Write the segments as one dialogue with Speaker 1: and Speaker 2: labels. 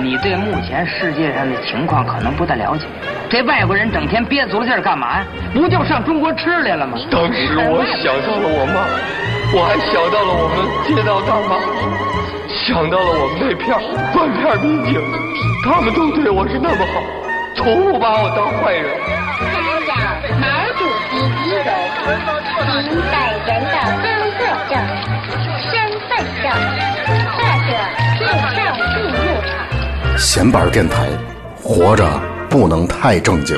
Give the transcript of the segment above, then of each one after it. Speaker 1: 你对目前世界上的情况可能不太了解。这外国人整天憋足了劲儿干嘛呀？不就上中国吃来了吗？
Speaker 2: 当时我想到了我妈，我还想到了我们街道大妈，想到了我们那片儿断片儿民警，他们都对我是那么好，从不把我当坏人。
Speaker 3: 家长、毛主席遗容，您本人的工作证、身份证，或者介绍进入口。
Speaker 4: 闲板电台，活着不能太正经。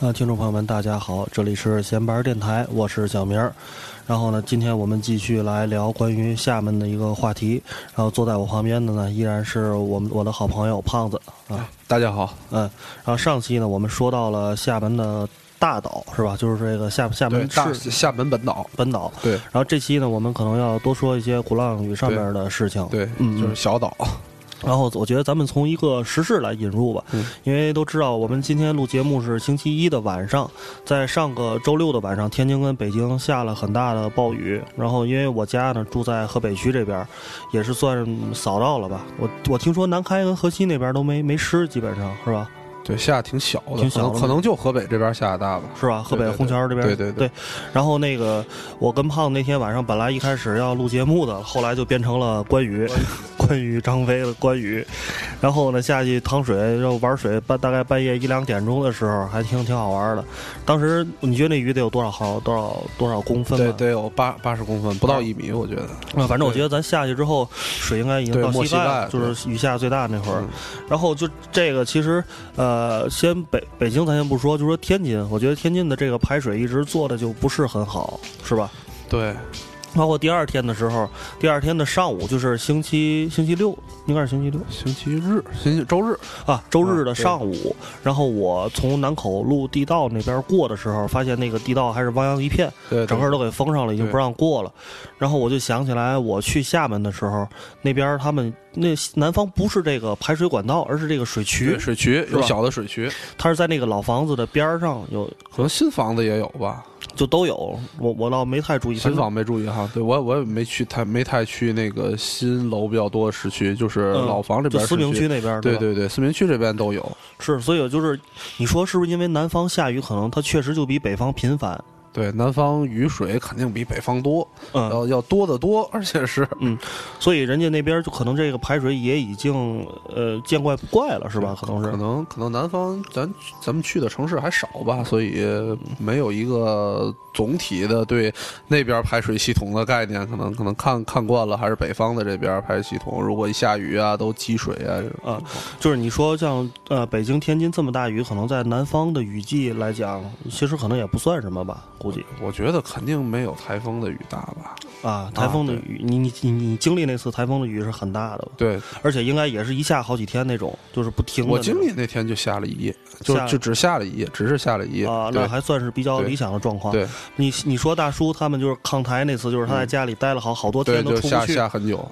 Speaker 5: 啊，听众朋友们，大家好，这里是闲班儿电台，我是小明儿。然后呢，今天我们继续来聊关于厦门的一个话题。然后坐在我旁边的呢，依然是我们我的好朋友胖子啊，
Speaker 6: 大家好，
Speaker 5: 嗯。然后上期呢，我们说到了厦门的大岛是吧？就是这个厦厦
Speaker 6: 对，
Speaker 5: 门
Speaker 6: 大
Speaker 5: 市
Speaker 6: 厦门本岛，
Speaker 5: 本岛。
Speaker 6: 对
Speaker 5: 然后这期呢，我们可能要多说一些鼓浪屿上面的事情。
Speaker 6: 对，
Speaker 5: 嗯，
Speaker 6: 就是小岛，
Speaker 5: 然后我觉得咱们从一个时事来引入吧，
Speaker 6: 嗯
Speaker 5: 因为都知道我们今天录节目是星期一的晚上，在上个周六的晚上，天津跟北京下了很大的暴雨。然后因为我家呢住在河北区这边，也是算扫到了吧。我我听说南开跟河西那边都没没湿，基本上是吧？
Speaker 6: 对，下挺小的，
Speaker 5: 挺小的
Speaker 6: 可能可能就河北这边下的大吧。
Speaker 5: 是吧？河北
Speaker 6: 对对
Speaker 5: 虹桥这边，
Speaker 6: 对对对
Speaker 5: 然后那个，我跟胖子那天晚上本来一开始要录节目的，后来就变成了关羽， 关羽张飞的关羽。然后呢，下去趟水，就玩水，半大概半夜一两点钟的时候，还挺挺好玩的。当时你觉得那鱼得有多少毫多少多少公分吧？嗯
Speaker 6: 对，得有八八十公分，不到一米，我觉得。
Speaker 5: 啊，反正我觉得咱下去之后，水应该已经
Speaker 6: 对
Speaker 5: 到
Speaker 6: 没
Speaker 5: 膝
Speaker 6: 膝
Speaker 5: 盖
Speaker 6: 盖
Speaker 5: 了，
Speaker 6: 了
Speaker 5: 就是雨下最大那会儿
Speaker 6: 嗯。
Speaker 5: 然后就这个，其实呃，先北北京咱先不说，就说天津，我觉得天津的这个排水一直做的就不是很好，是吧？
Speaker 6: 对，嗯
Speaker 5: 包括第二天的时候，第二天的上午就是星期星期六，应该是星期六
Speaker 6: 星期日、星期周日，
Speaker 5: 啊，周日
Speaker 6: 啊
Speaker 5: 的
Speaker 6: 对
Speaker 5: 上午。然后我从南口路地道那边过的时候，发现那个地道还是汪洋一片，
Speaker 6: 对，
Speaker 5: 整个都给封上了，已经
Speaker 6: 对
Speaker 5: 不让过了。然后我就想起来，我去厦门的时候，那边他们那南方不是这个排水管道，而是这个水渠
Speaker 6: 对，水渠
Speaker 5: 吧
Speaker 6: 有小的水渠，
Speaker 5: 它是在那个老房子的边儿上有，
Speaker 6: 可能新房子也有吧，
Speaker 5: 就都有。我我倒没太注意，
Speaker 6: 新房没注意哈。对我我也没去太没太去那个新楼比较多的市区，就是
Speaker 5: 嗯
Speaker 6: 老房这
Speaker 5: 就
Speaker 6: 边
Speaker 5: 思
Speaker 6: 市
Speaker 5: 明区。那边，
Speaker 6: 对
Speaker 5: 吧
Speaker 6: 对对，思明区这边都有。
Speaker 5: 是，所以我就是你说是不是因为南方下雨，可能它确实就比北方频繁？
Speaker 6: 对，南方雨水肯定比北方多，
Speaker 5: 嗯，
Speaker 6: 要要多得多，而且是
Speaker 5: 所以人家那边就可能这个排水也已经呃见怪不怪了，是吧？可能
Speaker 6: 可
Speaker 5: 是。
Speaker 6: 能可能南方咱咱们去的城市还少吧，所以没有一个总体的对那边排水系统的概念，可能可能看看惯了还是北方的这边排水系统，如果一下雨啊都积水啊这种。
Speaker 5: 啊，就是你说像呃北京、天津这么大雨，可能在南方的雨季来讲，其实可能也不算什么吧，估计
Speaker 6: 我觉得肯定没有台风的雨大吧？
Speaker 5: 啊，台
Speaker 6: 啊
Speaker 5: 风的
Speaker 6: 对
Speaker 5: 雨，你你你你经历那次台风的雨是很大的，
Speaker 6: 对，
Speaker 5: 而且应该也是一下好几天那种，就是不停的
Speaker 6: 我
Speaker 5: 那
Speaker 6: 经
Speaker 5: 种
Speaker 6: 历那天就下了一夜，就
Speaker 5: 下了
Speaker 6: 就只下了一夜，只是下了一夜。
Speaker 5: 啊，那
Speaker 6: 对
Speaker 5: 还算是比较
Speaker 6: 对
Speaker 5: 理想的状况。
Speaker 6: 对
Speaker 5: 你你说大叔他们就是抗台那次，就是他在
Speaker 6: 嗯
Speaker 5: 家里待了好好多
Speaker 6: 对，
Speaker 5: 天都
Speaker 6: 就
Speaker 5: 出
Speaker 6: 下
Speaker 5: 不去，
Speaker 6: 下很久。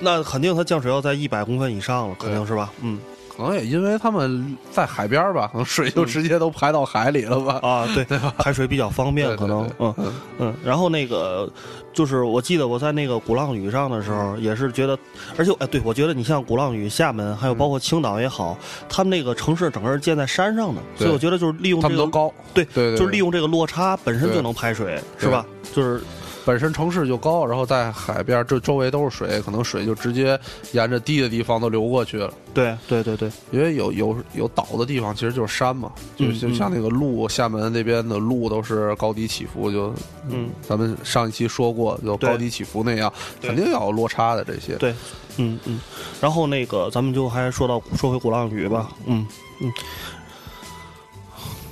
Speaker 5: 那肯定它降水要在一百公分以上了，肯定
Speaker 6: 对
Speaker 5: 是吧？嗯
Speaker 6: 可能也因为他们在海边儿吧，可能水就
Speaker 5: 嗯
Speaker 6: 直接都排到海里了吧。
Speaker 5: 啊，对，排水比较方便，
Speaker 6: 对
Speaker 5: 可
Speaker 6: 对
Speaker 5: 能
Speaker 6: 对
Speaker 5: 嗯
Speaker 6: 嗯
Speaker 5: 嗯。然后那个就是我记得我在那个鼓浪屿上的时候，也是觉得，而且哎，对我觉得你像鼓浪屿、厦门，还有
Speaker 6: 嗯
Speaker 5: 包括青岛也好，他们那个城市整个是建在山上的，所以
Speaker 6: 对
Speaker 5: 我觉得就是利用
Speaker 6: 他
Speaker 5: 这
Speaker 6: 们都
Speaker 5: 个
Speaker 6: 高，
Speaker 5: 对
Speaker 6: 对对
Speaker 5: 就是利
Speaker 6: 对
Speaker 5: 用这个落差本身
Speaker 6: 对
Speaker 5: 就能排水，
Speaker 6: 对
Speaker 5: 是吧？就是
Speaker 6: 本身城市就高，然后在海边儿这周围都是水，可能水就直接沿着低的地方都流过去了。
Speaker 5: 对对对对，
Speaker 6: 因为有有有岛的地方其实就是山嘛，就
Speaker 5: 嗯
Speaker 6: 就
Speaker 5: 嗯
Speaker 6: 像那个路，厦门那边的路都是高低起伏，就
Speaker 5: 嗯。
Speaker 6: 咱们上一期说过，有
Speaker 5: 对
Speaker 6: 高低起伏那样，
Speaker 5: 对
Speaker 6: 肯定要有落差的这些。
Speaker 5: 对嗯，嗯，然后那个咱们就还说到说回鼓浪屿吧，嗯嗯。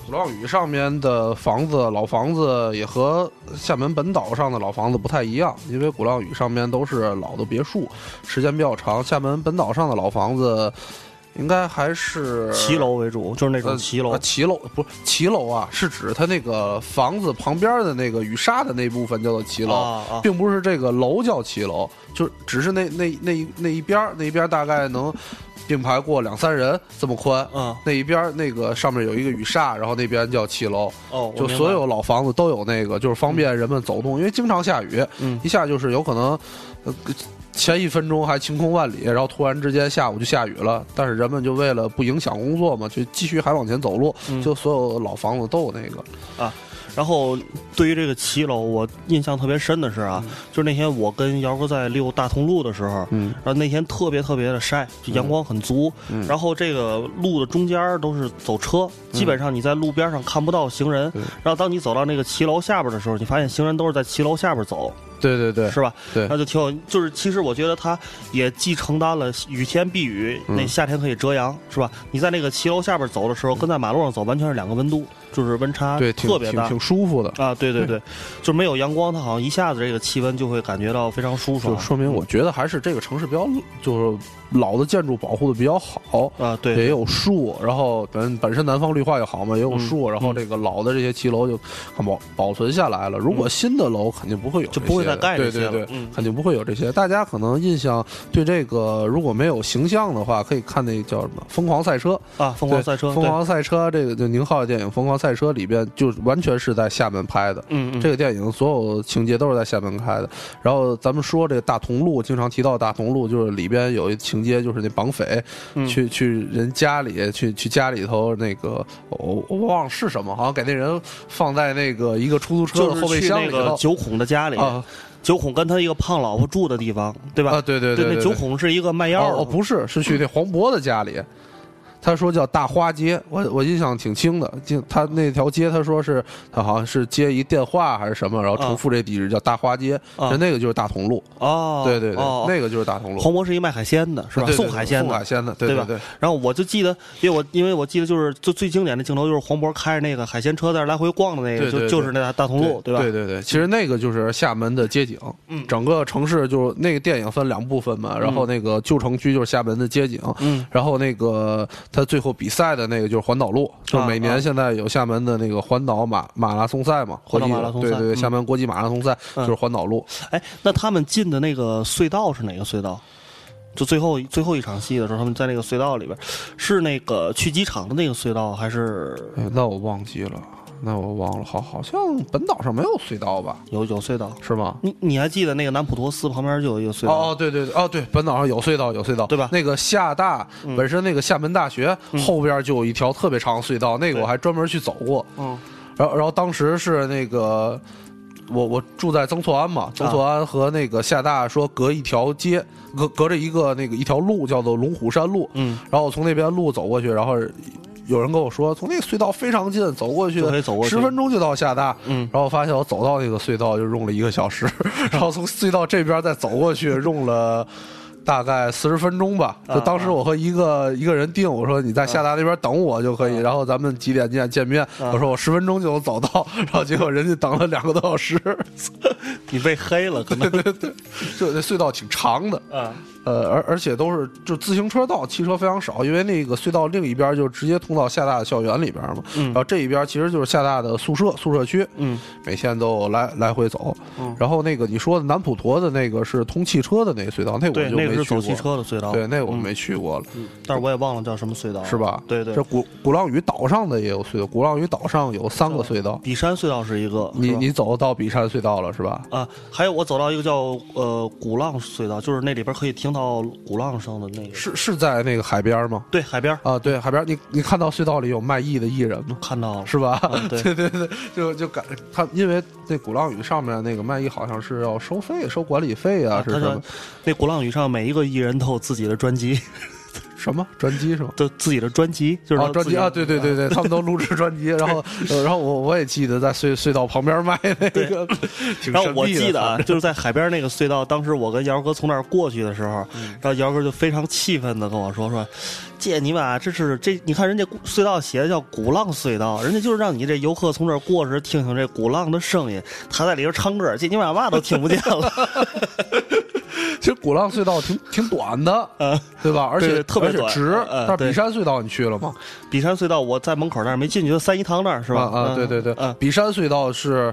Speaker 6: 鼓浪屿上面的房子，老房子也和厦门本岛上的老房子不太一样，因为鼓浪屿上面都是老的别墅，时间比较长。厦门本岛上的老房子，应该还是
Speaker 5: 骑楼为主，就是那种
Speaker 6: 呃，
Speaker 5: 骑楼
Speaker 6: 啊，骑楼不是骑楼啊，是指它那个房子旁边的那个雨沙的那部分叫做骑楼，
Speaker 5: 啊啊
Speaker 6: 并不是这个楼叫骑楼，就只是那那那一那一边儿那一边儿大概能并排过两三人这么宽，
Speaker 5: 嗯
Speaker 6: 那一边儿那个上面有一个雨沙，然后那边叫骑楼，
Speaker 5: 哦我
Speaker 6: 就
Speaker 5: 明白
Speaker 6: 所有老房子都有那个，就是方便人们走动，因为经常下雨，
Speaker 5: 嗯
Speaker 6: 一下就是有可能，呃。前一分钟还晴空万里，然后突然之间下午就下雨了。但是人们就为了不影响工作嘛，就继续还往前走路。
Speaker 5: 嗯
Speaker 6: 就所有老房子都有那个，
Speaker 5: 啊。然后对于这个骑楼，我印象特别深的是啊，就是那天我跟姚哥在溜大通路的时候，
Speaker 6: 嗯
Speaker 5: 然后那天特别特别的晒，就阳光很足，然后这个路的中间儿都是走车，
Speaker 6: 嗯
Speaker 5: 基本上你在路边上看不到行人。然后当你走到那个骑楼下边的时候，你发现行人都是在骑楼下边走，
Speaker 6: 对对对，
Speaker 5: 是吧？
Speaker 6: 对
Speaker 5: 那就挺有，就是其实我觉得它也既承担了雨天避雨，
Speaker 6: 嗯
Speaker 5: 那夏天可以遮阳，是吧？你在那个骑楼下边走的时候，跟在马路上走完全是两个温度，就是温差
Speaker 6: 对，挺
Speaker 5: 特别
Speaker 6: 挺
Speaker 5: 大
Speaker 6: 挺舒服的。
Speaker 5: 啊！对对对，就没有阳光，它好像一下子这个气温就会感觉到非常舒爽
Speaker 6: 就。说明我觉得还是这个城市比较，就是老的建筑保护的比较好。
Speaker 5: 啊，对，嗯
Speaker 6: 也有树，然后本本身南方绿化又好嘛，也有树，然后这个老的这些骑楼就保保存下来了。如果新的楼肯定不会有
Speaker 5: 嗯就
Speaker 6: 这些的，
Speaker 5: 不会再盖这
Speaker 6: 对
Speaker 5: 些了
Speaker 6: 对对，
Speaker 5: 嗯
Speaker 6: 肯定不会有这些。大家可能印象对这个如果没有形象的话，可以看那叫什么《疯狂赛车》
Speaker 5: 啊，疯狂赛车，
Speaker 6: 对疯
Speaker 5: 对
Speaker 6: 狂赛车这个就宁浩的电影《疯狂赛车》里边就完全是在厦门拍的。
Speaker 5: 嗯嗯
Speaker 6: 这个电影所有情节都是在厦门拍的。然后咱们说这个大同路，经常提到大同路，就是里边有一情节，就是那绑匪、
Speaker 5: 嗯
Speaker 6: 去去人家里去去家里头那个，我我忘了是什么，好像给那人放在那个一个出租车
Speaker 5: 就
Speaker 6: 的
Speaker 5: 是
Speaker 6: 后备
Speaker 5: 去
Speaker 6: 箱
Speaker 5: 那
Speaker 6: 里
Speaker 5: 个
Speaker 6: 头。
Speaker 5: 九孔的家里
Speaker 6: 啊，
Speaker 5: 九孔跟他一个胖老婆住的地方，对吧？
Speaker 6: 啊对
Speaker 5: 对
Speaker 6: 对对对
Speaker 5: 那
Speaker 6: 对
Speaker 5: 九孔是一个卖药
Speaker 6: 哦
Speaker 5: 的，
Speaker 6: 哦，不是，是去那黄渤的家里。他说叫大花街，我我印象挺清的。就他那条街，他说是他好像是接一电话还是什么，然后重复这地址叫大花街，
Speaker 5: 啊
Speaker 6: 那那个就是大同路。
Speaker 5: 哦，
Speaker 6: 对对对，
Speaker 5: 哦
Speaker 6: 那个就是大同路。
Speaker 5: 黄渤是一卖海鲜的，是吧？
Speaker 6: 对对对
Speaker 5: 送海鲜的，
Speaker 6: 送海鲜的对
Speaker 5: 吧？
Speaker 6: 对对
Speaker 5: 然后我就记得，因为我因为我记得就是就最经典的镜头就是黄渤开着那个海鲜车在那儿来回逛的那个，
Speaker 6: 对对
Speaker 5: 就
Speaker 6: 对
Speaker 5: 就是那大大同路，
Speaker 6: 对
Speaker 5: 吧？
Speaker 6: 对对对，其实那个就是厦门的街景，嗯，整个城市就是那个电影分两部分嘛，然后那个旧城区就是厦门的街景，
Speaker 5: 嗯，
Speaker 6: 然后那个他最后比赛的那个就是环岛路，就
Speaker 5: 啊
Speaker 6: 每
Speaker 5: 啊
Speaker 6: 年现在有厦门的那个环岛马马拉松赛嘛，
Speaker 5: 环
Speaker 6: 国
Speaker 5: 岛
Speaker 6: 际
Speaker 5: 马拉松赛
Speaker 6: 对
Speaker 5: 嗯
Speaker 6: 对对，厦门国际马拉松赛就是环岛路，
Speaker 5: 哎，那他们进的那个隧道是哪个隧道？就最后最后一场戏的时候，他们在那个隧道里边，是那个去机场的那个隧道，还是
Speaker 6: 哎，那我忘记了，那我忘了，好，好像本岛上没有隧道吧？
Speaker 5: 有有隧道？
Speaker 6: 是吗？
Speaker 5: 你你还记得那个南普陀寺旁边就有一个隧道？
Speaker 6: 哦哦，对对对，哦对，本岛上有隧道，有隧道，
Speaker 5: 对吧嗯
Speaker 6: 那个厦大、本身那个厦门大学、后边就有一条特别长的隧道，那个我还专门去走过。
Speaker 5: 嗯，
Speaker 6: 然后然后当时是那个我我住在曾厝垵嘛，曾厝垵和那个厦大说隔一条街，隔隔着一个那个一条路叫做龙虎山路。
Speaker 5: 嗯，
Speaker 6: 然后我从那边路走过去，然后。有人跟我说，从那个隧道非常近，走过去
Speaker 5: 就可以走过去
Speaker 6: 十分钟就到厦大。
Speaker 5: 嗯
Speaker 6: 然后我发现我走到那个隧道就用了一个小时， 然后从隧道这边再走过去用了大概四十分钟
Speaker 5: 啊
Speaker 6: 吧。就当时我和一个一个人定，我说你在厦大那边等
Speaker 5: 啊
Speaker 6: 我就可以，然后咱们几点几点见面？我说我十分钟就能走到， 然后结果人家等了两个多小时。
Speaker 5: 你被黑了，可能
Speaker 6: 对对对，就那隧道挺长的。
Speaker 5: 啊
Speaker 6: 呃，而而且都是就自行车道，汽车非常少，因为那个隧道另一边就直接通到厦大的校园里边嘛。然后这一边其实就是厦大 的宿舍宿舍区，
Speaker 5: 嗯，
Speaker 6: 每天都有来来回走。然后那个你说的南普陀的那个是通汽车的那个隧道，那我
Speaker 5: 对，
Speaker 6: 就
Speaker 5: 那
Speaker 6: 没
Speaker 5: 个
Speaker 6: 去
Speaker 5: 是
Speaker 6: 过。
Speaker 5: 走汽车的隧道，
Speaker 6: 对，那我没去过了，
Speaker 5: 但是我也忘了叫什么隧道了，
Speaker 6: 是吧？
Speaker 5: 嗯对对
Speaker 6: 这，鼓鼓浪屿岛上的也有隧道，鼓浪屿岛上有三个隧道，
Speaker 5: 比山隧道是一个，
Speaker 6: 你
Speaker 5: 是吧
Speaker 6: 你走到比山隧道了是吧？
Speaker 5: 啊，还有我走到一个叫呃鼓浪隧道，就是那里边可以听到鼓浪声的那个，
Speaker 6: 是是在那个海边吗？
Speaker 5: 对海边儿
Speaker 6: 啊，对，海边，你你看到隧道里有卖艺的艺人吗？
Speaker 5: 看到了，
Speaker 6: 是吧？
Speaker 5: 嗯对
Speaker 6: 对对对，就就感他，因为那鼓浪屿上面那个卖艺好像是要收费、收管理费啊，
Speaker 5: 啊
Speaker 6: 是
Speaker 5: 他
Speaker 6: 什么
Speaker 5: 说？那鼓浪屿上每一个艺人都有自己的专辑，
Speaker 6: 什么专辑是吗？
Speaker 5: 的自己的专辑，就是
Speaker 6: 啊，
Speaker 5: 他
Speaker 6: 专
Speaker 5: 自
Speaker 6: 辑
Speaker 5: 己
Speaker 6: 啊，对对对对，他们都录制专辑， 然后，呃然后我我也记得在隧隧道旁边卖那 个，挺
Speaker 5: 然后
Speaker 6: 神
Speaker 5: 我
Speaker 6: 秘的
Speaker 5: 记得啊，就是在海边那个隧道，当时我跟姚哥从那儿过去的时候，
Speaker 6: 嗯
Speaker 5: 然后姚哥就非常气愤的跟我说说：“姐，你把这是这，你看人家古隧道写的叫鼓浪隧道，人家就是让你这游客从这儿过时听听这鼓浪的声音，他在里边唱歌，姐你把嘛都听不见了。
Speaker 6: 其实鼓浪隧道挺挺短的，
Speaker 5: 嗯
Speaker 6: 对吧？而且
Speaker 5: 对特别
Speaker 6: 而且
Speaker 5: 短
Speaker 6: 直
Speaker 5: 嗯嗯。
Speaker 6: 但是
Speaker 5: 对
Speaker 6: 笔山隧道你去了吗？”
Speaker 5: 笔山隧道我在门口那儿没进去，就三一堂那儿是
Speaker 6: 是
Speaker 5: 吧？
Speaker 6: 啊，对对对
Speaker 5: 嗯，
Speaker 6: 笔山隧道是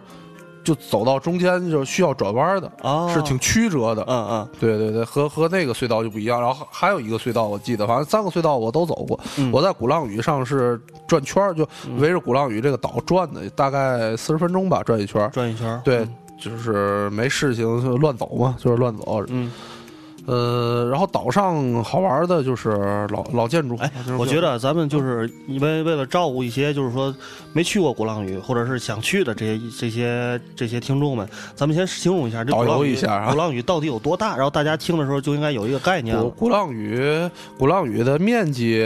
Speaker 6: 就走到中间就需要转弯的
Speaker 5: 哦，
Speaker 6: 是挺曲折的。
Speaker 5: 嗯嗯，
Speaker 6: 对对对，和和那个隧道就不一样。然后还有一个隧道，我记得，反正三个隧道我都走过。
Speaker 5: 嗯
Speaker 6: 我在鼓浪屿上是转圈儿，就围着鼓浪屿这个岛转的，大概四十分钟吧，转一圈儿。
Speaker 5: 转一圈儿，
Speaker 6: 对，就是没事情就乱走嘛，就是乱走。
Speaker 5: 嗯，
Speaker 6: 呃，然后岛上好玩的就是老老建筑，
Speaker 5: 哎
Speaker 6: 就是，嗯
Speaker 5: 我觉得咱们就是因为为了照顾一些就是说没去过鼓浪屿或者是想去的这些这些这些听众们，咱们先形容一下这
Speaker 6: 导
Speaker 5: 鼓
Speaker 6: 游
Speaker 5: 浪屿
Speaker 6: 一下啊
Speaker 5: 鼓浪屿到底有多大，然后大家听的时候就应该有一个概念
Speaker 6: 鼓
Speaker 5: 了。
Speaker 6: 鼓浪屿，鼓浪屿的面积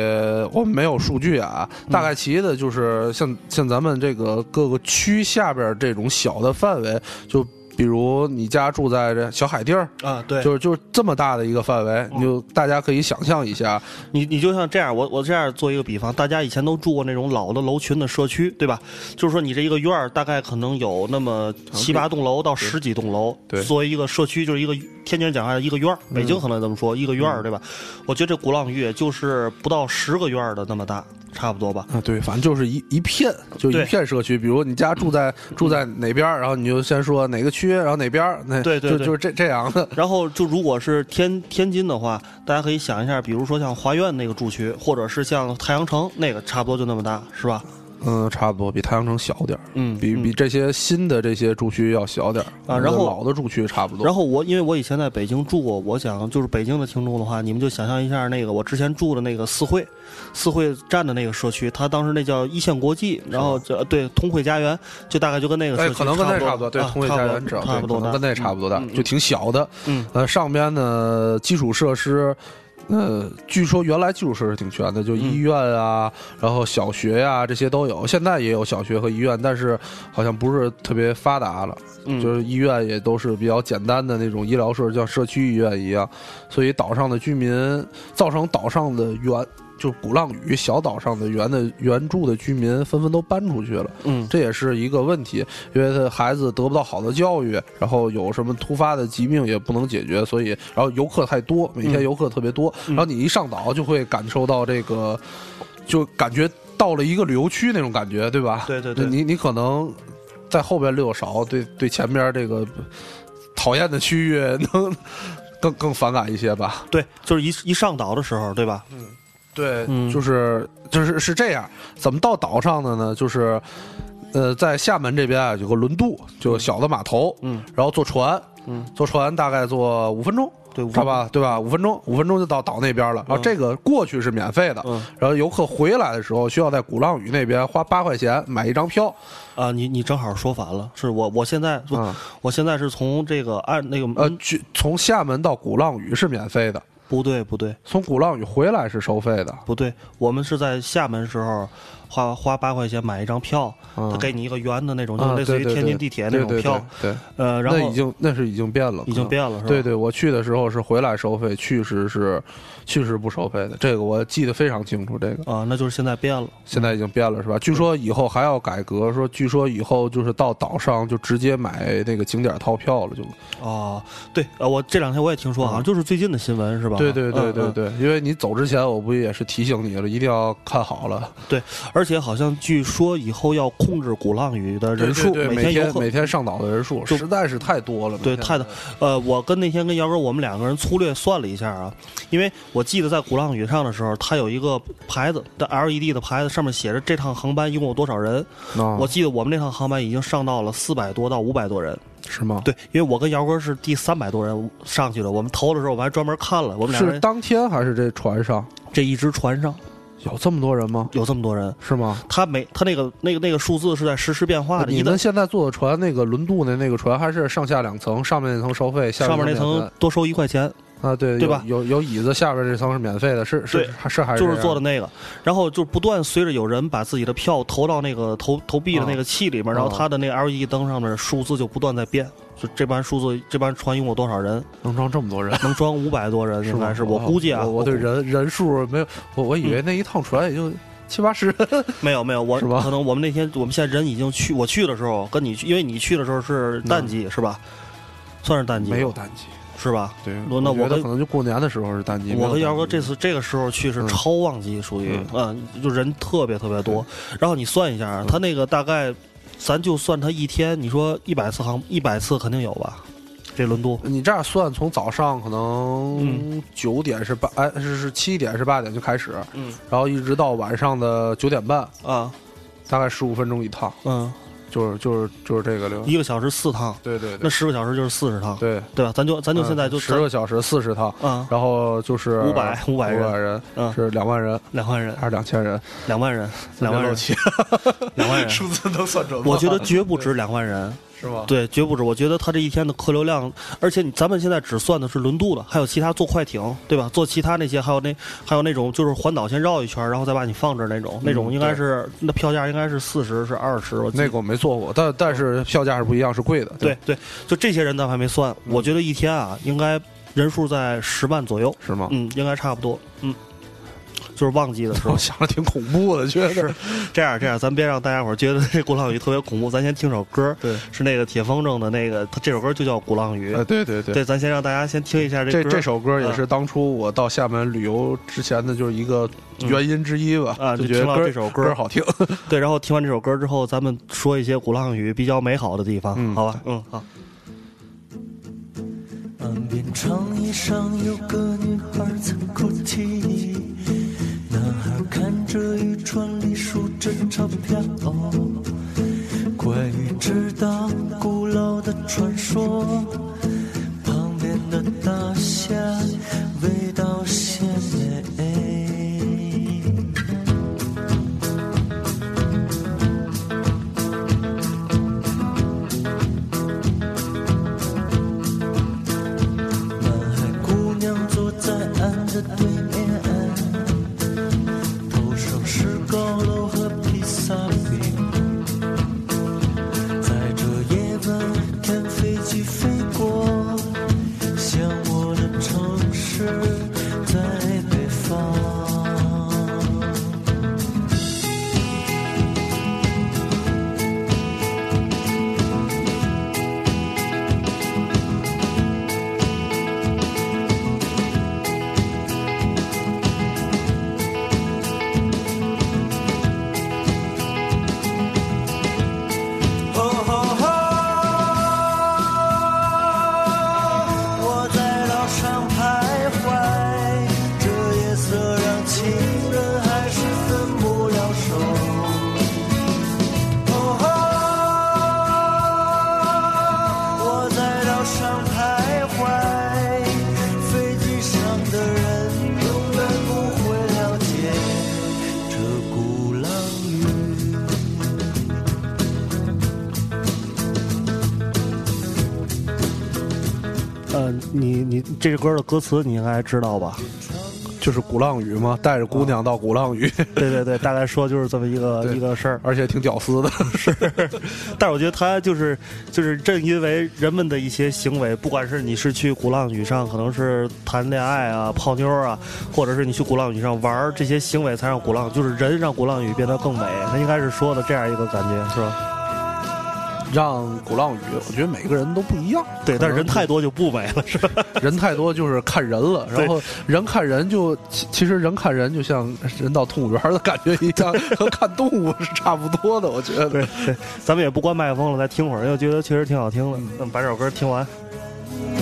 Speaker 6: 我们没有数据啊，
Speaker 5: 嗯
Speaker 6: 大概其的就是像像咱们这个各个区下边这种小的范围，就比如你家住在这小海地儿，
Speaker 5: 啊，对，嗯
Speaker 6: 就是就是这么大的一个范围，你就大家可以想象一下，
Speaker 5: 你你就像这样，我我这样做一个比方，大家以前都住过那种老的楼群的社区，对吧？就是说你这一个院儿大概可能有那么七八栋楼到十几栋楼，
Speaker 6: 对嗯
Speaker 5: 作为一个社区就是一个天津人讲话一个院儿，北京可能这么说、一个院儿，对吧？我觉得这鼓浪屿也就是不到十个院儿的那么大，差不多吧。
Speaker 6: 啊，对，反正就是一一片，就一
Speaker 5: 对
Speaker 6: 片社区。比如你家住在住在哪边儿，然后你就先说哪个区，然后哪边儿，那
Speaker 5: 对对
Speaker 6: 就
Speaker 5: 对
Speaker 6: 就是这这样的。
Speaker 5: 然后就如果是天天津的话，大家可以想一下，比如说像华苑那个住区，或者是像太阳城那个，差不多就那么大，是吧？
Speaker 6: 嗯，差不多比太阳城小点儿，
Speaker 5: 嗯
Speaker 6: 比比这些新的这些住区要小点儿嗯
Speaker 5: 啊然后
Speaker 6: 老的住区差不多。
Speaker 5: 然
Speaker 6: 后
Speaker 5: 后我因为我以前在北京住过，我想就是北京的听众的话，你们就想象一下那个我之前住的那个四惠，四惠站的那个社区，它当时那叫一线国际，然后这呃对通惠家园，就大概就跟那个社
Speaker 6: 哎，
Speaker 5: 区
Speaker 6: 可能跟那
Speaker 5: 差
Speaker 6: 差不多，对，
Speaker 5: 啊
Speaker 6: 通惠
Speaker 5: 差
Speaker 6: 家
Speaker 5: 不
Speaker 6: 园
Speaker 5: 多
Speaker 6: 知道，
Speaker 5: 差
Speaker 6: 对
Speaker 5: 不多
Speaker 6: 可
Speaker 5: 大，
Speaker 6: 能跟那差不多大，
Speaker 5: 嗯嗯
Speaker 6: 就挺小的。
Speaker 5: 嗯
Speaker 6: 呃，上边呢基础设施，呃，据说原来基础设施挺全的，就
Speaker 5: 嗯
Speaker 6: 医院啊，然后小学呀、这些都有，现在也有小学和医院，但是好像不是特别发达了，
Speaker 5: 嗯
Speaker 6: 就是医院也都是比较简单的那种医疗设施，像社区医院一样，所以岛上的居民造成岛上的原。就鼓浪屿小岛上的原的原住的居民纷纷都搬出去了，
Speaker 5: 嗯
Speaker 6: 这也是一个问题，因为他孩子得不到好的教育，然后有什么突发的疾病也不能解决，所以然后游客太多，每
Speaker 5: 嗯
Speaker 6: 天游客特别多，然后你一上岛就会感受到这个，就感觉到了一个旅游区那种感觉，对吧？
Speaker 5: 对对对
Speaker 6: 你你可能在后边溜少，对对前边这个讨厌的区域能更更反感一些吧？
Speaker 5: 对，就是一一上岛的时候，对吧？
Speaker 6: 对，
Speaker 5: 嗯
Speaker 6: 就是就是是这样。怎么到岛上的呢？就是，呃，在厦门这边啊，有个轮渡，就小的码头，
Speaker 5: 嗯，
Speaker 6: 然后坐船，
Speaker 5: 嗯，
Speaker 6: 坐船大概坐五分钟，
Speaker 5: 对五分
Speaker 6: 是吧？对吧？五分钟，五分钟就到岛那边了。然后这个过去是免费的，
Speaker 5: 嗯
Speaker 6: 然后游客回来的时候需要在鼓浪屿那边花八块钱买一张票，
Speaker 5: 啊，你你正好说反了，是我我现在、
Speaker 6: 啊
Speaker 5: 我现在是从这个按那个
Speaker 6: 呃，
Speaker 5: 嗯
Speaker 6: 去从厦门到鼓浪屿是免费的，
Speaker 5: 不对不对，
Speaker 6: 从鼓浪屿回来是收费的。
Speaker 5: 不对，我们是在厦门时候花花八块钱买一张票，
Speaker 6: 嗯
Speaker 5: 他给你一个圆的那种，就
Speaker 6: 啊，
Speaker 5: 是类似于
Speaker 6: 对对
Speaker 5: 天津
Speaker 6: 对
Speaker 5: 地铁那种
Speaker 6: 对对
Speaker 5: 票。
Speaker 6: 对对
Speaker 5: 呃，然
Speaker 6: 那
Speaker 5: 后
Speaker 6: 已经那是已经变了，
Speaker 5: 已经
Speaker 6: 可能
Speaker 5: 变了是吧
Speaker 6: 对对，我去的时候是回来收费，去时是去时不收费的，这个我记得非常清楚。这个
Speaker 5: 啊，那就是现在变了。
Speaker 6: 现在已经变了是吧？据说以后还要改革，说据说以后就是到岛上就直接买那个景点套票了，就
Speaker 5: 哦，对，呃，我这两天我也听说，好像就是最近的新闻是吧？
Speaker 6: 嗯对对对
Speaker 5: 嗯
Speaker 6: 对
Speaker 5: 嗯
Speaker 6: 对，因为你走之前我不也是提醒你了，一定要看好了
Speaker 5: 对，而且好像据说以后要控制鼓浪屿的人数，
Speaker 6: 对对对每
Speaker 5: 天游
Speaker 6: 天
Speaker 5: 客
Speaker 6: 每。天上岛的人数
Speaker 5: 就
Speaker 6: 实在是太多了，每
Speaker 5: 对，
Speaker 6: 天嗯
Speaker 5: 太的，呃，我跟那天跟姚哥，我们两个人粗略算了一下啊，因为我记得在鼓浪屿上的时候，它有一个牌子，的 LED 的牌子，上面写着这趟航班一共有多少人。
Speaker 6: 啊
Speaker 5: 我记得我们那趟航班已经上到了四百多到五百多人。
Speaker 6: 是吗？
Speaker 5: 对，因为我跟姚哥是第三百多人上去的，我们投的时候我们还专门看了，我们俩
Speaker 6: 是
Speaker 5: 人
Speaker 6: 当天还是这船上
Speaker 5: 这一只船上
Speaker 6: 有这么多人吗？
Speaker 5: 有这么多人，
Speaker 6: 是吗？
Speaker 5: 他每他那个那个那个数字是在实时变化的，
Speaker 6: 你
Speaker 5: 啊一旦
Speaker 6: 们现在坐的船，那个轮渡的那个船还是上下两层，上面那层收费，下
Speaker 5: 上面那
Speaker 6: 两
Speaker 5: 层
Speaker 6: 层
Speaker 5: 多收一块钱，
Speaker 6: 啊，对
Speaker 5: 对吧
Speaker 6: 有有有椅子下边这层是免费的，是是
Speaker 5: 对
Speaker 6: 是还是
Speaker 5: 就是
Speaker 6: 这样
Speaker 5: 做的那个，然后就不断随着有人把自己的票投到那个投投币的
Speaker 6: 啊
Speaker 5: 那个器里面，然后他的那 LED 灯上面数字就不断在变，就这班数字这班船一共有多少 人，
Speaker 6: 能装这么多人。
Speaker 5: 能装五百多人，应
Speaker 6: 吗
Speaker 5: 该 是我估计啊，嗯
Speaker 6: 我我对
Speaker 5: 估
Speaker 6: 人人数没有，我我以为那一趟船也就七 八十，
Speaker 5: 没有没有，我
Speaker 6: 是吧
Speaker 5: 可能我们那天我们现在人已经去，我去的时候跟你去，因为你去的时候是淡季是吧？算是淡季
Speaker 6: 嗯没有淡季。
Speaker 5: 是吧？
Speaker 6: 对，
Speaker 5: 那那
Speaker 6: 觉
Speaker 5: 我
Speaker 6: 得
Speaker 5: 跟
Speaker 6: 可能就过年的时候是淡季。没
Speaker 5: 我
Speaker 6: 有
Speaker 5: 跟
Speaker 6: 淡
Speaker 5: 姚哥
Speaker 6: 季
Speaker 5: 这次这个时候去是
Speaker 6: 嗯
Speaker 5: 超旺季，属于嗯，就人特别特别多。
Speaker 6: 嗯
Speaker 5: 然后你算一下，啊他那个大概，咱就算他一天，你说一百次航一百次肯定有吧？这轮渡
Speaker 6: 你这样算，从早上可能九点是八、哎是是七点是八点就开始，
Speaker 5: 嗯，
Speaker 6: 然后一直到晚上的九点半，
Speaker 5: 啊，
Speaker 6: 大概十五分钟一趟，
Speaker 5: 嗯，
Speaker 6: 就是就是就是这个流。
Speaker 5: 一个小时四趟，
Speaker 6: 对对
Speaker 5: 那
Speaker 6: 对
Speaker 5: 十个小时就是四十趟，
Speaker 6: 对，嗯
Speaker 5: 对吧？咱就咱就现在就
Speaker 6: 十个小时四十趟，
Speaker 5: 啊，
Speaker 6: 然后就是
Speaker 5: 500 500人
Speaker 6: 五百人
Speaker 5: 嗯
Speaker 6: 是两万人
Speaker 5: 两万人，
Speaker 6: 还是两千人？
Speaker 5: 两万人，两 万人， 两万人
Speaker 6: 数字能算准吗？
Speaker 5: 我觉 得绝不止两万人，
Speaker 6: 是吗？
Speaker 5: 对，绝不止。我觉得他这一天的客流量，而且你咱们现在只算的是轮渡了，还有其他坐快艇，对吧？坐其他那些，还有那还有那种就是环岛先绕一圈，然后再把你放这儿那种，那种应该是、那票价应该是四十是二十，我记得
Speaker 6: 嗯那个我没做过，但但是票价是不一样，是贵的。
Speaker 5: 对，对，就这些人咱还没算。
Speaker 6: 嗯
Speaker 5: 我觉得一天啊，应该人数在十万左右，
Speaker 6: 是吗？
Speaker 5: 嗯，应该差不多，嗯，就是旺季的时候
Speaker 6: 我。想着挺恐怖的，觉得
Speaker 5: 是这样，这样，咱别让大家伙儿觉得这鼓浪屿特别恐怖，咱先听首歌，
Speaker 6: 对，
Speaker 5: 是那个铁风筝的那个，他这首歌就叫《鼓浪屿》
Speaker 6: 呃，对对对
Speaker 5: 对，咱先让大家先听一下这
Speaker 6: 这
Speaker 5: 歌嗯
Speaker 6: 这首歌也是当初我到厦门旅游之前的，就是一个原因之一吧。
Speaker 5: 嗯啊
Speaker 6: 就
Speaker 5: 就
Speaker 6: 觉得
Speaker 5: 听到
Speaker 6: 歌
Speaker 5: 这首歌
Speaker 6: 歌好 听。
Speaker 5: 对，然后听完这首歌之后，咱们说一些鼓浪屿比较美好的地方，
Speaker 6: 嗯
Speaker 5: 好吧？嗯，好。
Speaker 7: 岸边长椅上有个女孩在哭泣，男孩看着渔船里数着钞票。关于知道古老的传说，旁边的大虾味道鲜美。男孩姑娘坐在岸的对面，头上是高楼和披萨饼。在这夜晚，看飞机飞过，向我的城市在北方。吼吼吼！我在岛上徘徊，这夜色让情人还是分不了手。吼吼！我在岛上徘徊，飞机上的人永远不会了解这鼓浪屿。
Speaker 5: 呃，你你这首歌的歌词你应该知道 吧？
Speaker 6: 就是鼓浪屿嘛，带着姑娘到鼓浪屿，
Speaker 5: 对对对，大概说就是这么一个
Speaker 6: 对
Speaker 5: 一个事 儿。
Speaker 6: 而且挺屌丝的。是，
Speaker 5: 但是我觉得他就是就是正因为人们的一些行为，不管是你是去鼓浪屿上，可能是谈恋爱啊、泡妞啊，或者是你去鼓浪屿上玩儿，这些行为才让鼓浪就是人让鼓浪屿变得更美。他应该是说的这样一个感觉，是吧？
Speaker 6: 让鼓浪屿，我觉得每个人都不一样。
Speaker 5: 对，但是人
Speaker 6: 可能
Speaker 5: 太多就不美了，是吧？
Speaker 6: 人太多就是看人了，
Speaker 5: 对
Speaker 6: 然后人看人就其其实人看人就像人到动物园的感觉一 样，和看动物是差不多的，我觉得。
Speaker 5: 对，对， 咱们也不关麦克风了，再听会儿，因为我觉得确实挺好听的。那么把这首歌听完，
Speaker 7: 永远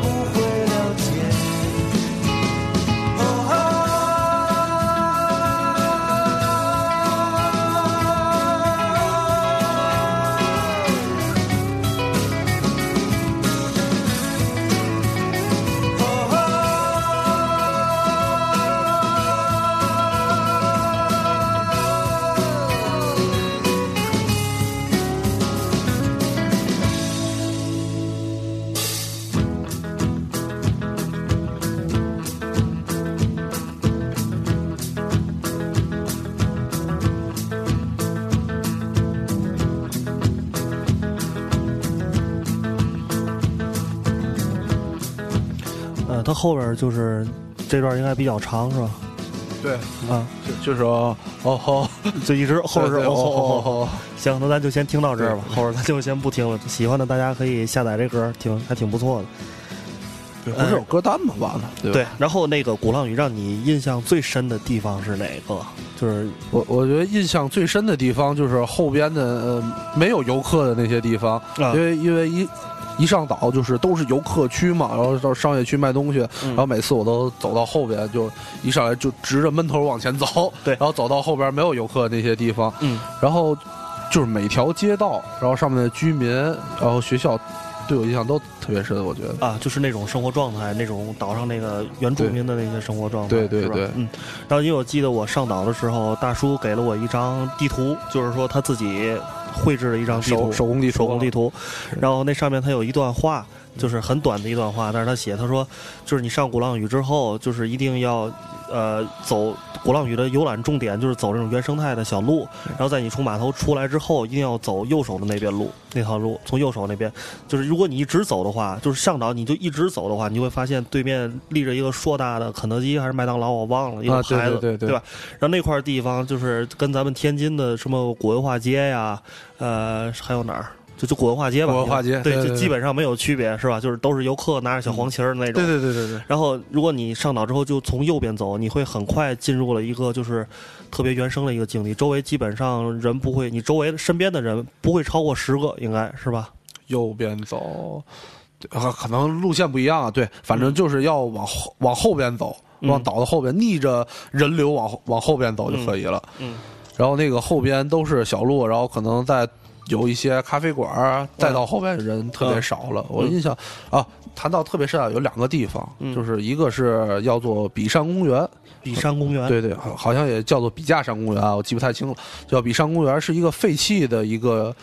Speaker 7: 不会了解。哦啊哦啊
Speaker 5: 呃它后边就是这段应该比较长是吧？
Speaker 6: 对，
Speaker 5: 啊，
Speaker 6: 就就是哦哦吼，
Speaker 5: 就一直后边 是
Speaker 6: 对对
Speaker 5: 哦
Speaker 6: 哦
Speaker 5: 吼哦吼
Speaker 6: 吼吼吼，
Speaker 5: 行，那咱就先听到这儿吧，
Speaker 6: 对
Speaker 5: 后边咱就先不听了。喜欢的大家可以下载这歌，挺还挺不错的。
Speaker 6: 对不是有歌单吗？完了，哎对吧
Speaker 5: 对，然后那个鼓浪屿让你印象最深的地方是哪个？就是
Speaker 6: 我我觉得印象最深的地方就是后边的呃没有游客的那些地方，
Speaker 5: 啊
Speaker 6: 因为因为一一上岛就是都是游客区嘛，然后到商业区卖东西，然后每次我都走到后边，就一上来就直着闷头往前 走，
Speaker 5: 对
Speaker 6: 然后走到后边没有游客的那些地方，
Speaker 5: 嗯，
Speaker 6: 然后就是每条街道，然后上面的居民，然后学校，对我印象都特别深，我觉得。
Speaker 5: 啊，就是那种生活状态，那种岛上那个原住民的那些生活状态，
Speaker 6: 对对
Speaker 5: 是吧
Speaker 6: 对
Speaker 5: 嗯。然后因为我记得我上岛的时候，大叔给了我一张地图，就是说他自己绘制了一张地图，
Speaker 6: 手手工地图
Speaker 5: 手
Speaker 6: 啊
Speaker 5: 工地图。然后那上面他有一段话，就是很短的一段话，但是他写他说，就是你上鼓浪屿之后，就是一定要呃走鼓浪屿的游览重点，就是走这种原生态的小路。然后在你从码头出来之后，一定要走右手的那边路，那条路从右手那边，就是如果你一直走的话，就是向导你就一直走的话，你就会发现对面立着一个硕大的肯德基还是麦当劳，我忘了一个
Speaker 6: 啊对
Speaker 5: 牌子，
Speaker 6: 对对对
Speaker 5: 吧？然后那块地方就是跟咱们天津的什么古文化街呀，呃，还有哪儿？就就古文化街吧，
Speaker 6: 古文化街
Speaker 5: 对，
Speaker 6: 对对
Speaker 5: 就
Speaker 6: 对
Speaker 5: 基本上没有区别，是吧？就是都是游客拿着小黄旗儿的那种，
Speaker 6: 对对对对对，
Speaker 5: 然后，如果你上岛之后就从右边走，你会很快进入了一个就是特别原生的一个境地，周围基本上人不会，你周围身边的人不会超过十个，应该是吧？
Speaker 6: 右边走，对啊可能路线不一样啊。对，反正就是要往后往后边走，
Speaker 5: 嗯
Speaker 6: 往岛的后边，逆着人流往后往后边走就可以了。
Speaker 5: 嗯嗯
Speaker 6: 然后那个后边都是小路，然后可能再有一些咖啡馆儿，再到后边人特别少
Speaker 5: 嗯
Speaker 6: 了。我印象啊，谈到特别深啊，有两个地方，就是一个是叫做比山公园，
Speaker 5: 比山公园，
Speaker 6: 对对，好好像也叫做笔架山公园啊，我记不太清了。叫笔山公园是一个废弃的一个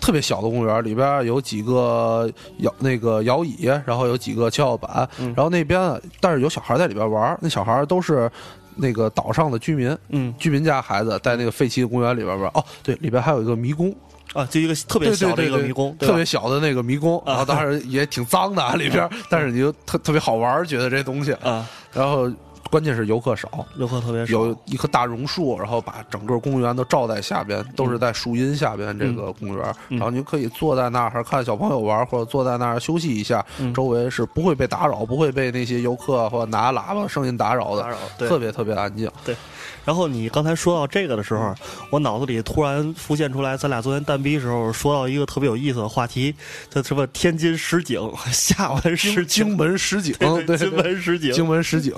Speaker 6: 特别小的公园，里边有几个摇那个摇椅，然后有几个跷跷板，
Speaker 5: 嗯
Speaker 6: 然后那边但是有小孩在里边玩，那小孩都是。那个岛上的居民，
Speaker 5: 嗯
Speaker 6: 居民家孩子在那个废弃的公园里边玩。哦，对，里边还有一个迷宫，
Speaker 5: 啊，就一个特
Speaker 6: 特
Speaker 5: 别小的一个迷宫，对
Speaker 6: 特
Speaker 5: 吧啊
Speaker 6: 别小的那个迷宫，然后当然也挺脏的 啊里边，但是你就特特别好玩，觉得这东西。
Speaker 5: 啊，
Speaker 6: 然后关键是游客少，
Speaker 5: 游客特别少，
Speaker 6: 有一棵大榕树，然后把整个公园都罩在下边，都
Speaker 5: 嗯
Speaker 6: 是在树荫下边这个公园。然后您可以坐在那儿看小朋友玩，或者坐在那儿休息一下，
Speaker 5: 嗯
Speaker 6: 周围是不会被打扰，不会被那些游客或者拿喇叭声音打扰的，
Speaker 5: 打扰对
Speaker 6: 特别特别安静。
Speaker 5: 对。然后你刚才说到这个的时候，我脑子里突然浮现出来，咱俩昨天蛋逼时候说到一个特别有意思的话题，叫什么天津实 景，厦门实
Speaker 6: 是荆
Speaker 5: 景，
Speaker 6: 门实景，
Speaker 5: 对对
Speaker 6: 嗯对，
Speaker 5: 荆门实景
Speaker 6: 荆门实景，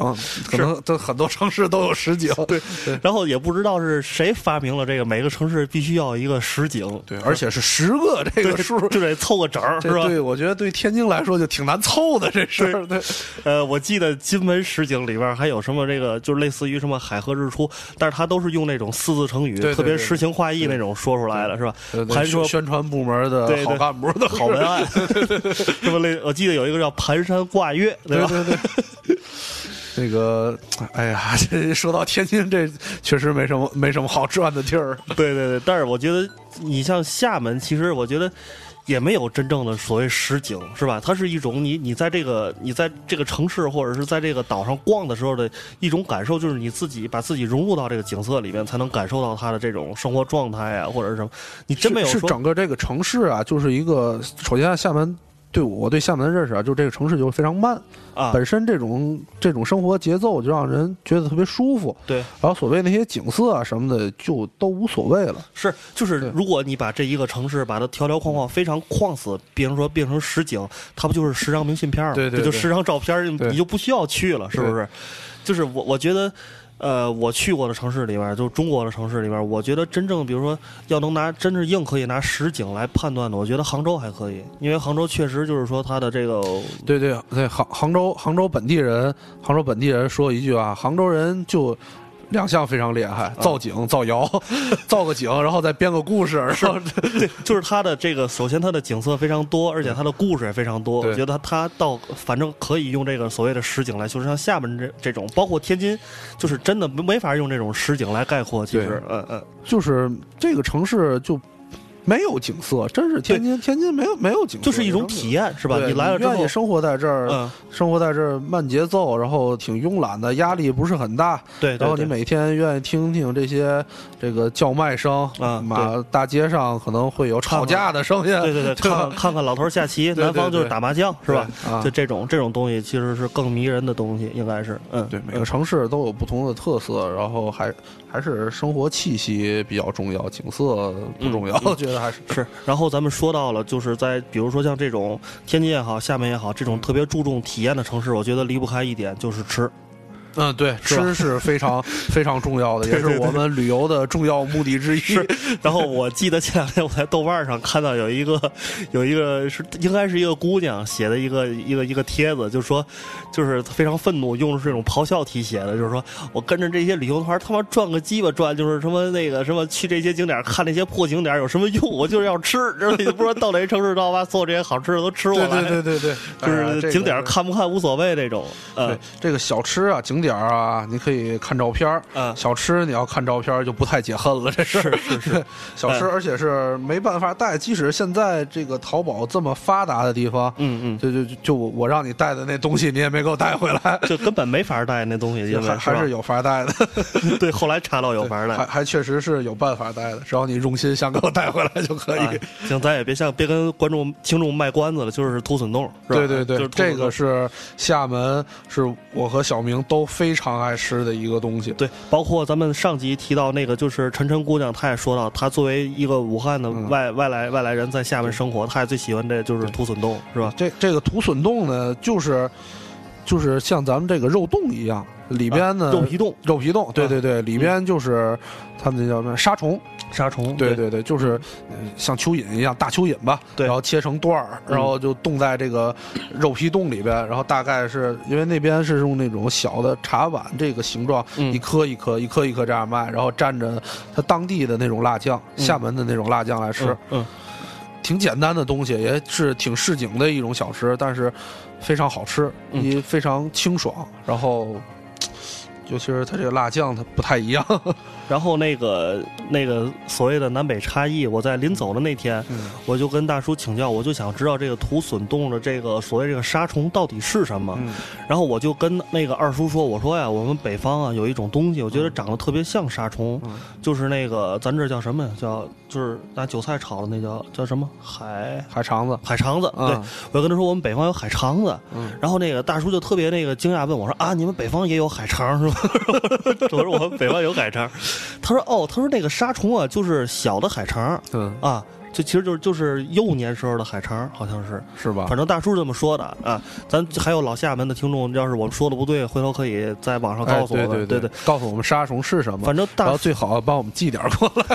Speaker 6: 可能这很多城市都有实景，对
Speaker 5: 然后也不知道是谁发明了这个，每个城市必须要有一个实景，
Speaker 6: 对，而且是十个这个数，
Speaker 5: 就得凑个整儿，
Speaker 6: 这
Speaker 5: 是吧？
Speaker 6: 对我觉得对天津来说就挺难凑的这事儿，对。
Speaker 5: 呃，我记得金门十景里边还有什么这个，就是类似于什么海河日出，但是它都是用那种四字成语，
Speaker 6: 对对
Speaker 5: 特别
Speaker 6: 对
Speaker 5: 诗情画意那种说出来的，是吧
Speaker 6: 对？对
Speaker 5: 还
Speaker 6: 宣
Speaker 5: 说
Speaker 6: 宣传部
Speaker 5: 对
Speaker 6: 门的
Speaker 5: 对
Speaker 6: 好干部的
Speaker 5: 好文案， 什么类，我记得有一个叫盘山挂月，对吧？
Speaker 6: 对对对。 那个，哎呀，这说到天津，这确实没什么没什么好转的地儿。
Speaker 5: 对对对，但是我觉得你像厦门，其实我觉得也没有真正的所谓实景，是吧？它是一种你你在这个你在这个城市或者是在这个岛上逛的时候的一种感受，就是你自己把自己融入到这个景色里面，才能感受到它的这种生活状态啊，或者是什么。你 真没有
Speaker 6: 是
Speaker 5: 说
Speaker 6: 是整个这个城市啊，就是一个首先啊厦门。对我我对厦门的认识啊，就这个城市就非常慢，
Speaker 5: 啊，
Speaker 6: 本身这种这种生活节奏就让人觉得特别舒服，
Speaker 5: 对，
Speaker 6: 然后所谓那些景色啊什么的就都无所谓了。
Speaker 5: 是，就是如果你把这一个城市把它条条框框非常框死，比如说变成实景，它不就是十张明信片儿吗？
Speaker 6: 对对
Speaker 5: 这就
Speaker 6: 对
Speaker 5: 十张照片儿，你
Speaker 6: 对
Speaker 5: 你就不需要去了，是不
Speaker 6: 对
Speaker 5: 是？就是我我觉得。呃，我去过的城市里边儿，就中国的城市里边儿，我觉得真正，比如说要能拿，真是硬可以拿实景来判断的，我觉得杭州还可以，因为杭州确实就是说它的这个
Speaker 6: 对对对，杭杭州杭州本地人，杭州本地人说一句啊，杭州人就两项非常厉害，
Speaker 5: 嗯
Speaker 6: 造景、造谣、造个景，然后再编个故事，然 后
Speaker 5: 对，就是它的这个，首先它的景色非常多，而且它的故事也非常多。
Speaker 6: 对
Speaker 5: 我觉得它它到反正可以用这个所谓的实景来，就是像厦门这这种，包括天津，就是真呃的没没法用这种实景来概括。其实，嗯嗯，
Speaker 6: 就是这个城市就没有景色，真是天津，天津没有没有景色，
Speaker 5: 就是一种体验是吧
Speaker 6: 对
Speaker 5: 你来了之后
Speaker 6: 愿意生活在这儿，
Speaker 5: 嗯
Speaker 6: 生活在这儿慢节奏，然后挺慵懒的，压力不是很大。
Speaker 5: 对对
Speaker 6: 然后你
Speaker 5: 对
Speaker 6: 每天愿意听听这些这个叫卖声
Speaker 5: 啊
Speaker 6: 马大街上可能会有吵架的声音，
Speaker 5: 对对对，
Speaker 6: 对
Speaker 5: 看
Speaker 6: 吧
Speaker 5: 看看看老头儿下 棋，
Speaker 6: 对
Speaker 5: 南方就是
Speaker 6: 对
Speaker 5: 打麻将，是吧
Speaker 6: 对啊？
Speaker 5: 就这种这种东西其实是更迷人的东西，应该是，嗯，
Speaker 6: 对，每个城市都有不同的特色，然后还还是生活气息比较重要，景色不重
Speaker 5: 嗯
Speaker 6: 要，我 觉得还是
Speaker 5: 呃是，然后咱们说到了，就是在比如说像这种天津也好，厦门也好，这种特别注重体验的城市，我觉得离不开一点就是吃。
Speaker 6: 嗯，对，
Speaker 5: 吧
Speaker 6: 吃是 非常非常重要的，也是我们旅游的重要目的之一。
Speaker 5: 然后我记得前两天我在豆瓣上看到有一个有一个是应该是一个姑娘写的一个一个一个帖子，就说就是非常愤怒，用的是这种咆哮体写的，就是说我跟着这些旅游团他妈转个鸡巴转，就是什么那个什么去这些景点看那些破景点有什么用？我就是要吃，知道吗？不知道到哪个城市到吧，所有这些好吃的都吃过
Speaker 6: 对
Speaker 5: 来，
Speaker 6: 对对对对，
Speaker 5: 就
Speaker 6: 哎呀
Speaker 5: 是
Speaker 6: 这个
Speaker 5: 景点
Speaker 6: 是
Speaker 5: 看不看无所谓那种，呃
Speaker 6: 对，这个小吃啊，景点儿啊，你可以看照片儿
Speaker 5: 嗯
Speaker 6: 小吃你要看照片儿就不太解恨了，这事儿
Speaker 5: 是是
Speaker 6: 小吃，
Speaker 5: 嗯
Speaker 6: 而且是没办法带。即使现在这个淘宝这么发达的地方，
Speaker 5: 嗯嗯
Speaker 6: 就就就就我我让你带的那东西，你也没给我带回来，
Speaker 5: 就根本没法带那东 西，因为
Speaker 6: 还还是有法带的。
Speaker 5: 有对，后来查 到有法带
Speaker 6: 还。还确实是有办法带的，只要你用心想给我带回来就 可以。
Speaker 5: 哎行，咱也别像别跟观众听众卖关子了，就是土笋冻，是吧
Speaker 6: 对对
Speaker 5: 就是，
Speaker 6: 对
Speaker 5: 土笋
Speaker 6: 这
Speaker 5: 冻
Speaker 6: 个是厦门，是我和小明都非常爱吃的一个东西。
Speaker 5: 对，包括咱们上集提到那个，就是晨晨姑娘，她也说到，她作为一个武汉的
Speaker 6: 嗯
Speaker 5: 外、外来外来人，在厦门生活，她也最喜欢的就是土笋冻，是吧？
Speaker 6: 这这个土笋冻呢，就是就是像咱们这个肉冻一样，里边呢、
Speaker 5: 啊肉皮冻
Speaker 6: 肉皮冻，对
Speaker 5: 啊
Speaker 6: 对对，里边就是他们那叫什么沙虫，
Speaker 5: 杀虫，
Speaker 6: 对对对，就是呃像蚯蚓一样大蚯蚓吧，
Speaker 5: 嗯对嗯
Speaker 6: 然后切成段儿，然后就冻在这个肉皮冻里边，然后大概是因为那边是用那种小的茶碗这个形状，
Speaker 5: 嗯
Speaker 6: 一颗一颗一颗一颗这样卖，然后蘸着它当地的那种辣酱，厦门的那种辣酱来吃，
Speaker 5: 嗯嗯，
Speaker 6: 挺简单的东西，也是挺市井的一种小吃，但是非常好吃，
Speaker 5: 嗯
Speaker 6: 也非常清爽，然后。尤其是它这个辣酱，它不太一样。
Speaker 5: 然后那个那个所谓的南北差异，我在临走的那天，我就跟大叔请教，我就想知道这个土笋冻的这个所谓这个杀虫到底是什么。然后我就跟那个二叔说，我说呀，我们北方啊有一种东西，我觉得长得特别像杀虫，就是那个咱这叫什么呀？叫就是拿韭菜炒的那叫叫什么海。
Speaker 6: 海肠子，
Speaker 5: 海肠子，对，
Speaker 6: 嗯
Speaker 5: 我跟他说我们北方有海肠子，然后那个大叔就特别那个惊讶问我说啊，你们北方也有海肠是吧？ 我说我们北方有海肠，他说哦，他说那个沙虫啊就是小的海肠，
Speaker 6: 嗯
Speaker 5: 啊，就其实就是就是幼年时候的海肠，好像是。
Speaker 6: 是吧？
Speaker 5: 反正大叔这么说的啊，咱还有老厦门的听众，要是我们说的不对，回头可以在网上告诉我们。
Speaker 6: 哎、对
Speaker 5: 对
Speaker 6: 对，告诉我们杀虫是什么。
Speaker 5: 反正大
Speaker 6: 然后最好帮我们寄点儿过 来。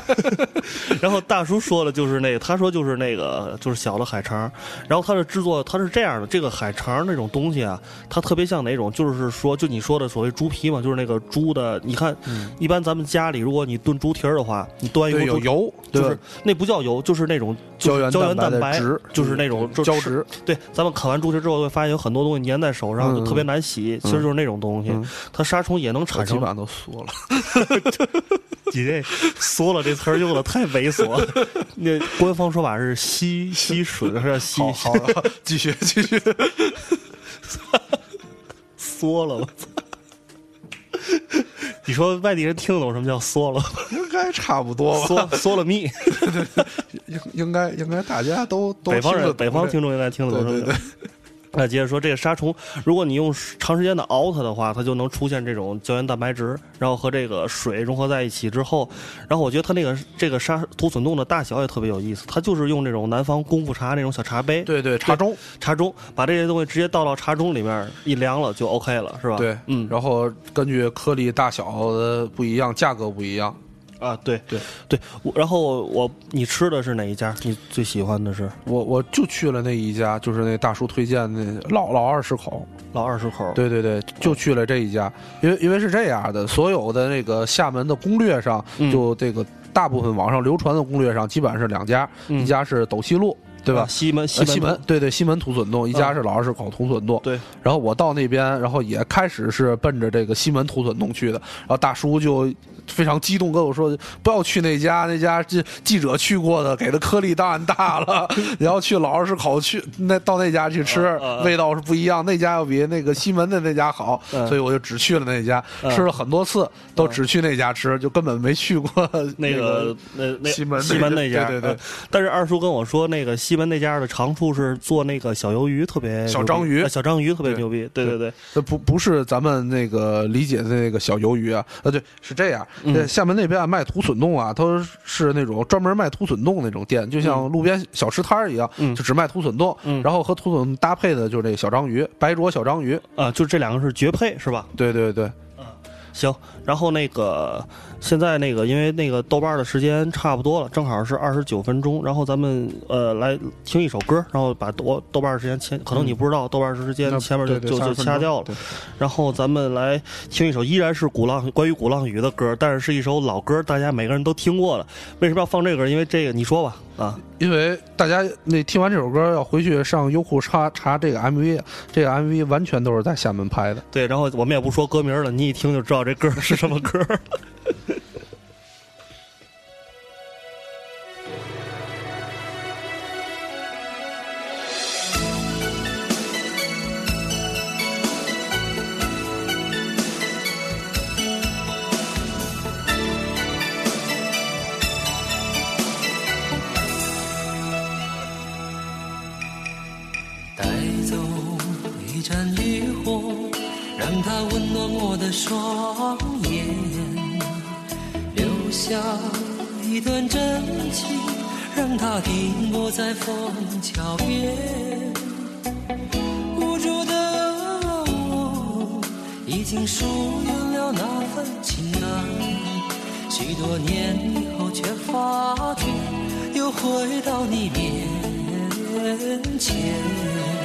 Speaker 5: 然后大叔说的就是那个，他说就是那个，就是小的海肠。然后他的制作，他是这样的，这个海肠那种东西啊，它特别像哪种，就是说，就你说的所谓猪皮嘛，就是那个猪的。你看，一般咱们家里，如果你炖猪蹄儿的话，你端一锅
Speaker 6: 嗯对，
Speaker 5: 猪
Speaker 6: 有
Speaker 5: 蹄儿
Speaker 6: 油，
Speaker 5: 就
Speaker 6: 对
Speaker 5: 是那不叫油，就是那种就
Speaker 6: 胶
Speaker 5: 是
Speaker 6: 原
Speaker 5: 胶原蛋
Speaker 6: 蛋白的
Speaker 5: 白
Speaker 6: 质
Speaker 5: 就是那种就
Speaker 6: 胶
Speaker 5: 是
Speaker 6: 质。
Speaker 5: 对，咱们啃完猪蹄之后会发现有很多东西粘在手上，
Speaker 6: 嗯
Speaker 5: 就特别难洗，其实就是那种东西。它杀虫也能
Speaker 6: 我
Speaker 5: 产
Speaker 6: 基
Speaker 5: 生
Speaker 6: 本。上都缩了。
Speaker 5: 你这“缩了”这词儿用的太猥琐了。 那官方说法是 吸吸吮，是吧吸
Speaker 6: 好好，继续继续。
Speaker 5: 缩了。我操！ 你说外地人听得懂什么叫缩了吗？
Speaker 6: 应该差不多吧？
Speaker 5: 缩缩了蜜，
Speaker 6: 应应该应该大家都 都
Speaker 5: 北方
Speaker 6: 听得
Speaker 5: 人
Speaker 6: 懂
Speaker 5: 北方
Speaker 6: 这
Speaker 5: 听众应该听得懂什
Speaker 6: 对
Speaker 5: 么
Speaker 6: 对
Speaker 5: 叫。 那接着说，这个杀虫，如果你用长时间的熬它的话，它就能出现这种胶原蛋白质，然后和这个水融合在一起之后，然后我觉得它那个这个沙土笋冻的大小也特别有意思，它就是用这种南方功夫茶那种小茶杯，
Speaker 6: 对对茶盅
Speaker 5: 茶盅，把这些东西直接倒到茶盅里面，一凉了就 OK 了，是吧？
Speaker 6: 对，
Speaker 5: 嗯，
Speaker 6: 然后根据颗粒大小的不一样，价格不一样。
Speaker 5: 啊，对对对，我然后我你吃的是哪一家？你最喜欢的是
Speaker 6: 我我就去了那一家，就是那大叔推荐那老老二十口，
Speaker 5: 老二十口，
Speaker 6: 对对对，就去了这一家，因为因为是这样的，所有的那个厦门的攻略上，
Speaker 5: 嗯
Speaker 6: 就这个大部分网上流传的攻略上，基本上是两家，
Speaker 5: 嗯
Speaker 6: 一家是斗西路，对吧？
Speaker 5: 啊西门
Speaker 6: 呃
Speaker 5: 西
Speaker 6: 西
Speaker 5: 门
Speaker 6: 门对对西门土笋冻，一家
Speaker 5: 嗯
Speaker 6: 是老二是搞土笋冻，
Speaker 5: 对
Speaker 6: 然后我到那边，然后也开始是奔着这个西门土笋冻去的。然后大叔就非常激动跟我说：“不要去那家，那家记记者去过的，给的颗粒档案大 了。然后去老二市口去那到那家去吃，
Speaker 5: 嗯嗯
Speaker 6: 味道是不一样，那家要比那个西门的那家好。
Speaker 5: 嗯
Speaker 6: 所以我就只去了那家，
Speaker 5: 嗯
Speaker 6: 吃了很多次，都只去那家吃，就根本没去过
Speaker 5: 那个那那
Speaker 6: 西门那
Speaker 5: 西门
Speaker 6: 家
Speaker 5: 那家，
Speaker 6: 对对对
Speaker 5: 嗯但是二叔跟我说，那个西门那家的长处是做那个小鱿鱼特别牛逼
Speaker 6: 小章鱼
Speaker 5: 啊小章鱼特别
Speaker 6: 对
Speaker 5: 牛逼，对对对，
Speaker 6: 这呃不不是咱们那个理解的那个小鱿鱼啊，啊对，是这样。
Speaker 5: 嗯
Speaker 6: 这厦门那边啊卖土笋冻啊，都是那种专门卖土笋冻那种店，就像路边小吃摊儿一样，
Speaker 5: 嗯
Speaker 6: 就只卖土笋冻。
Speaker 5: 嗯
Speaker 6: 然后和土笋搭配的就是那小章鱼，白灼小章鱼。
Speaker 5: 啊，就这两个是绝配是吧？
Speaker 6: 对对对，
Speaker 5: 行，然后那个现在那个，因为那个豆瓣儿的时间差不多了，正好是二十九分钟，然后咱们呃来听一首歌，然后把豆豆瓣儿时间前，可能你不知道、豆瓣儿时间
Speaker 6: 嗯那
Speaker 5: 前面就
Speaker 6: 对对
Speaker 5: 就就
Speaker 6: 30分钟
Speaker 5: 掐掉了
Speaker 6: 对，
Speaker 5: 然后咱们来听一首依然是鼓浪关于鼓浪屿的歌，但是是一首老歌，大家每个人都听过了。为什么要放这个？因为这个你说吧啊，
Speaker 6: 因为大家那听完这首歌要回去上优酷查查这个 MV，这个 MV 完全都是在厦门拍的。
Speaker 5: 对，然后我们也不说歌名儿了，你一听就知道这歌儿是什么歌儿。
Speaker 7: 带走一盏渔火，让它温暖我的双眼，留下一段真情，让它停泊在枫桥边。无助的我，已经疏远了那份情爱，许多年以后却发觉，又回到你面前。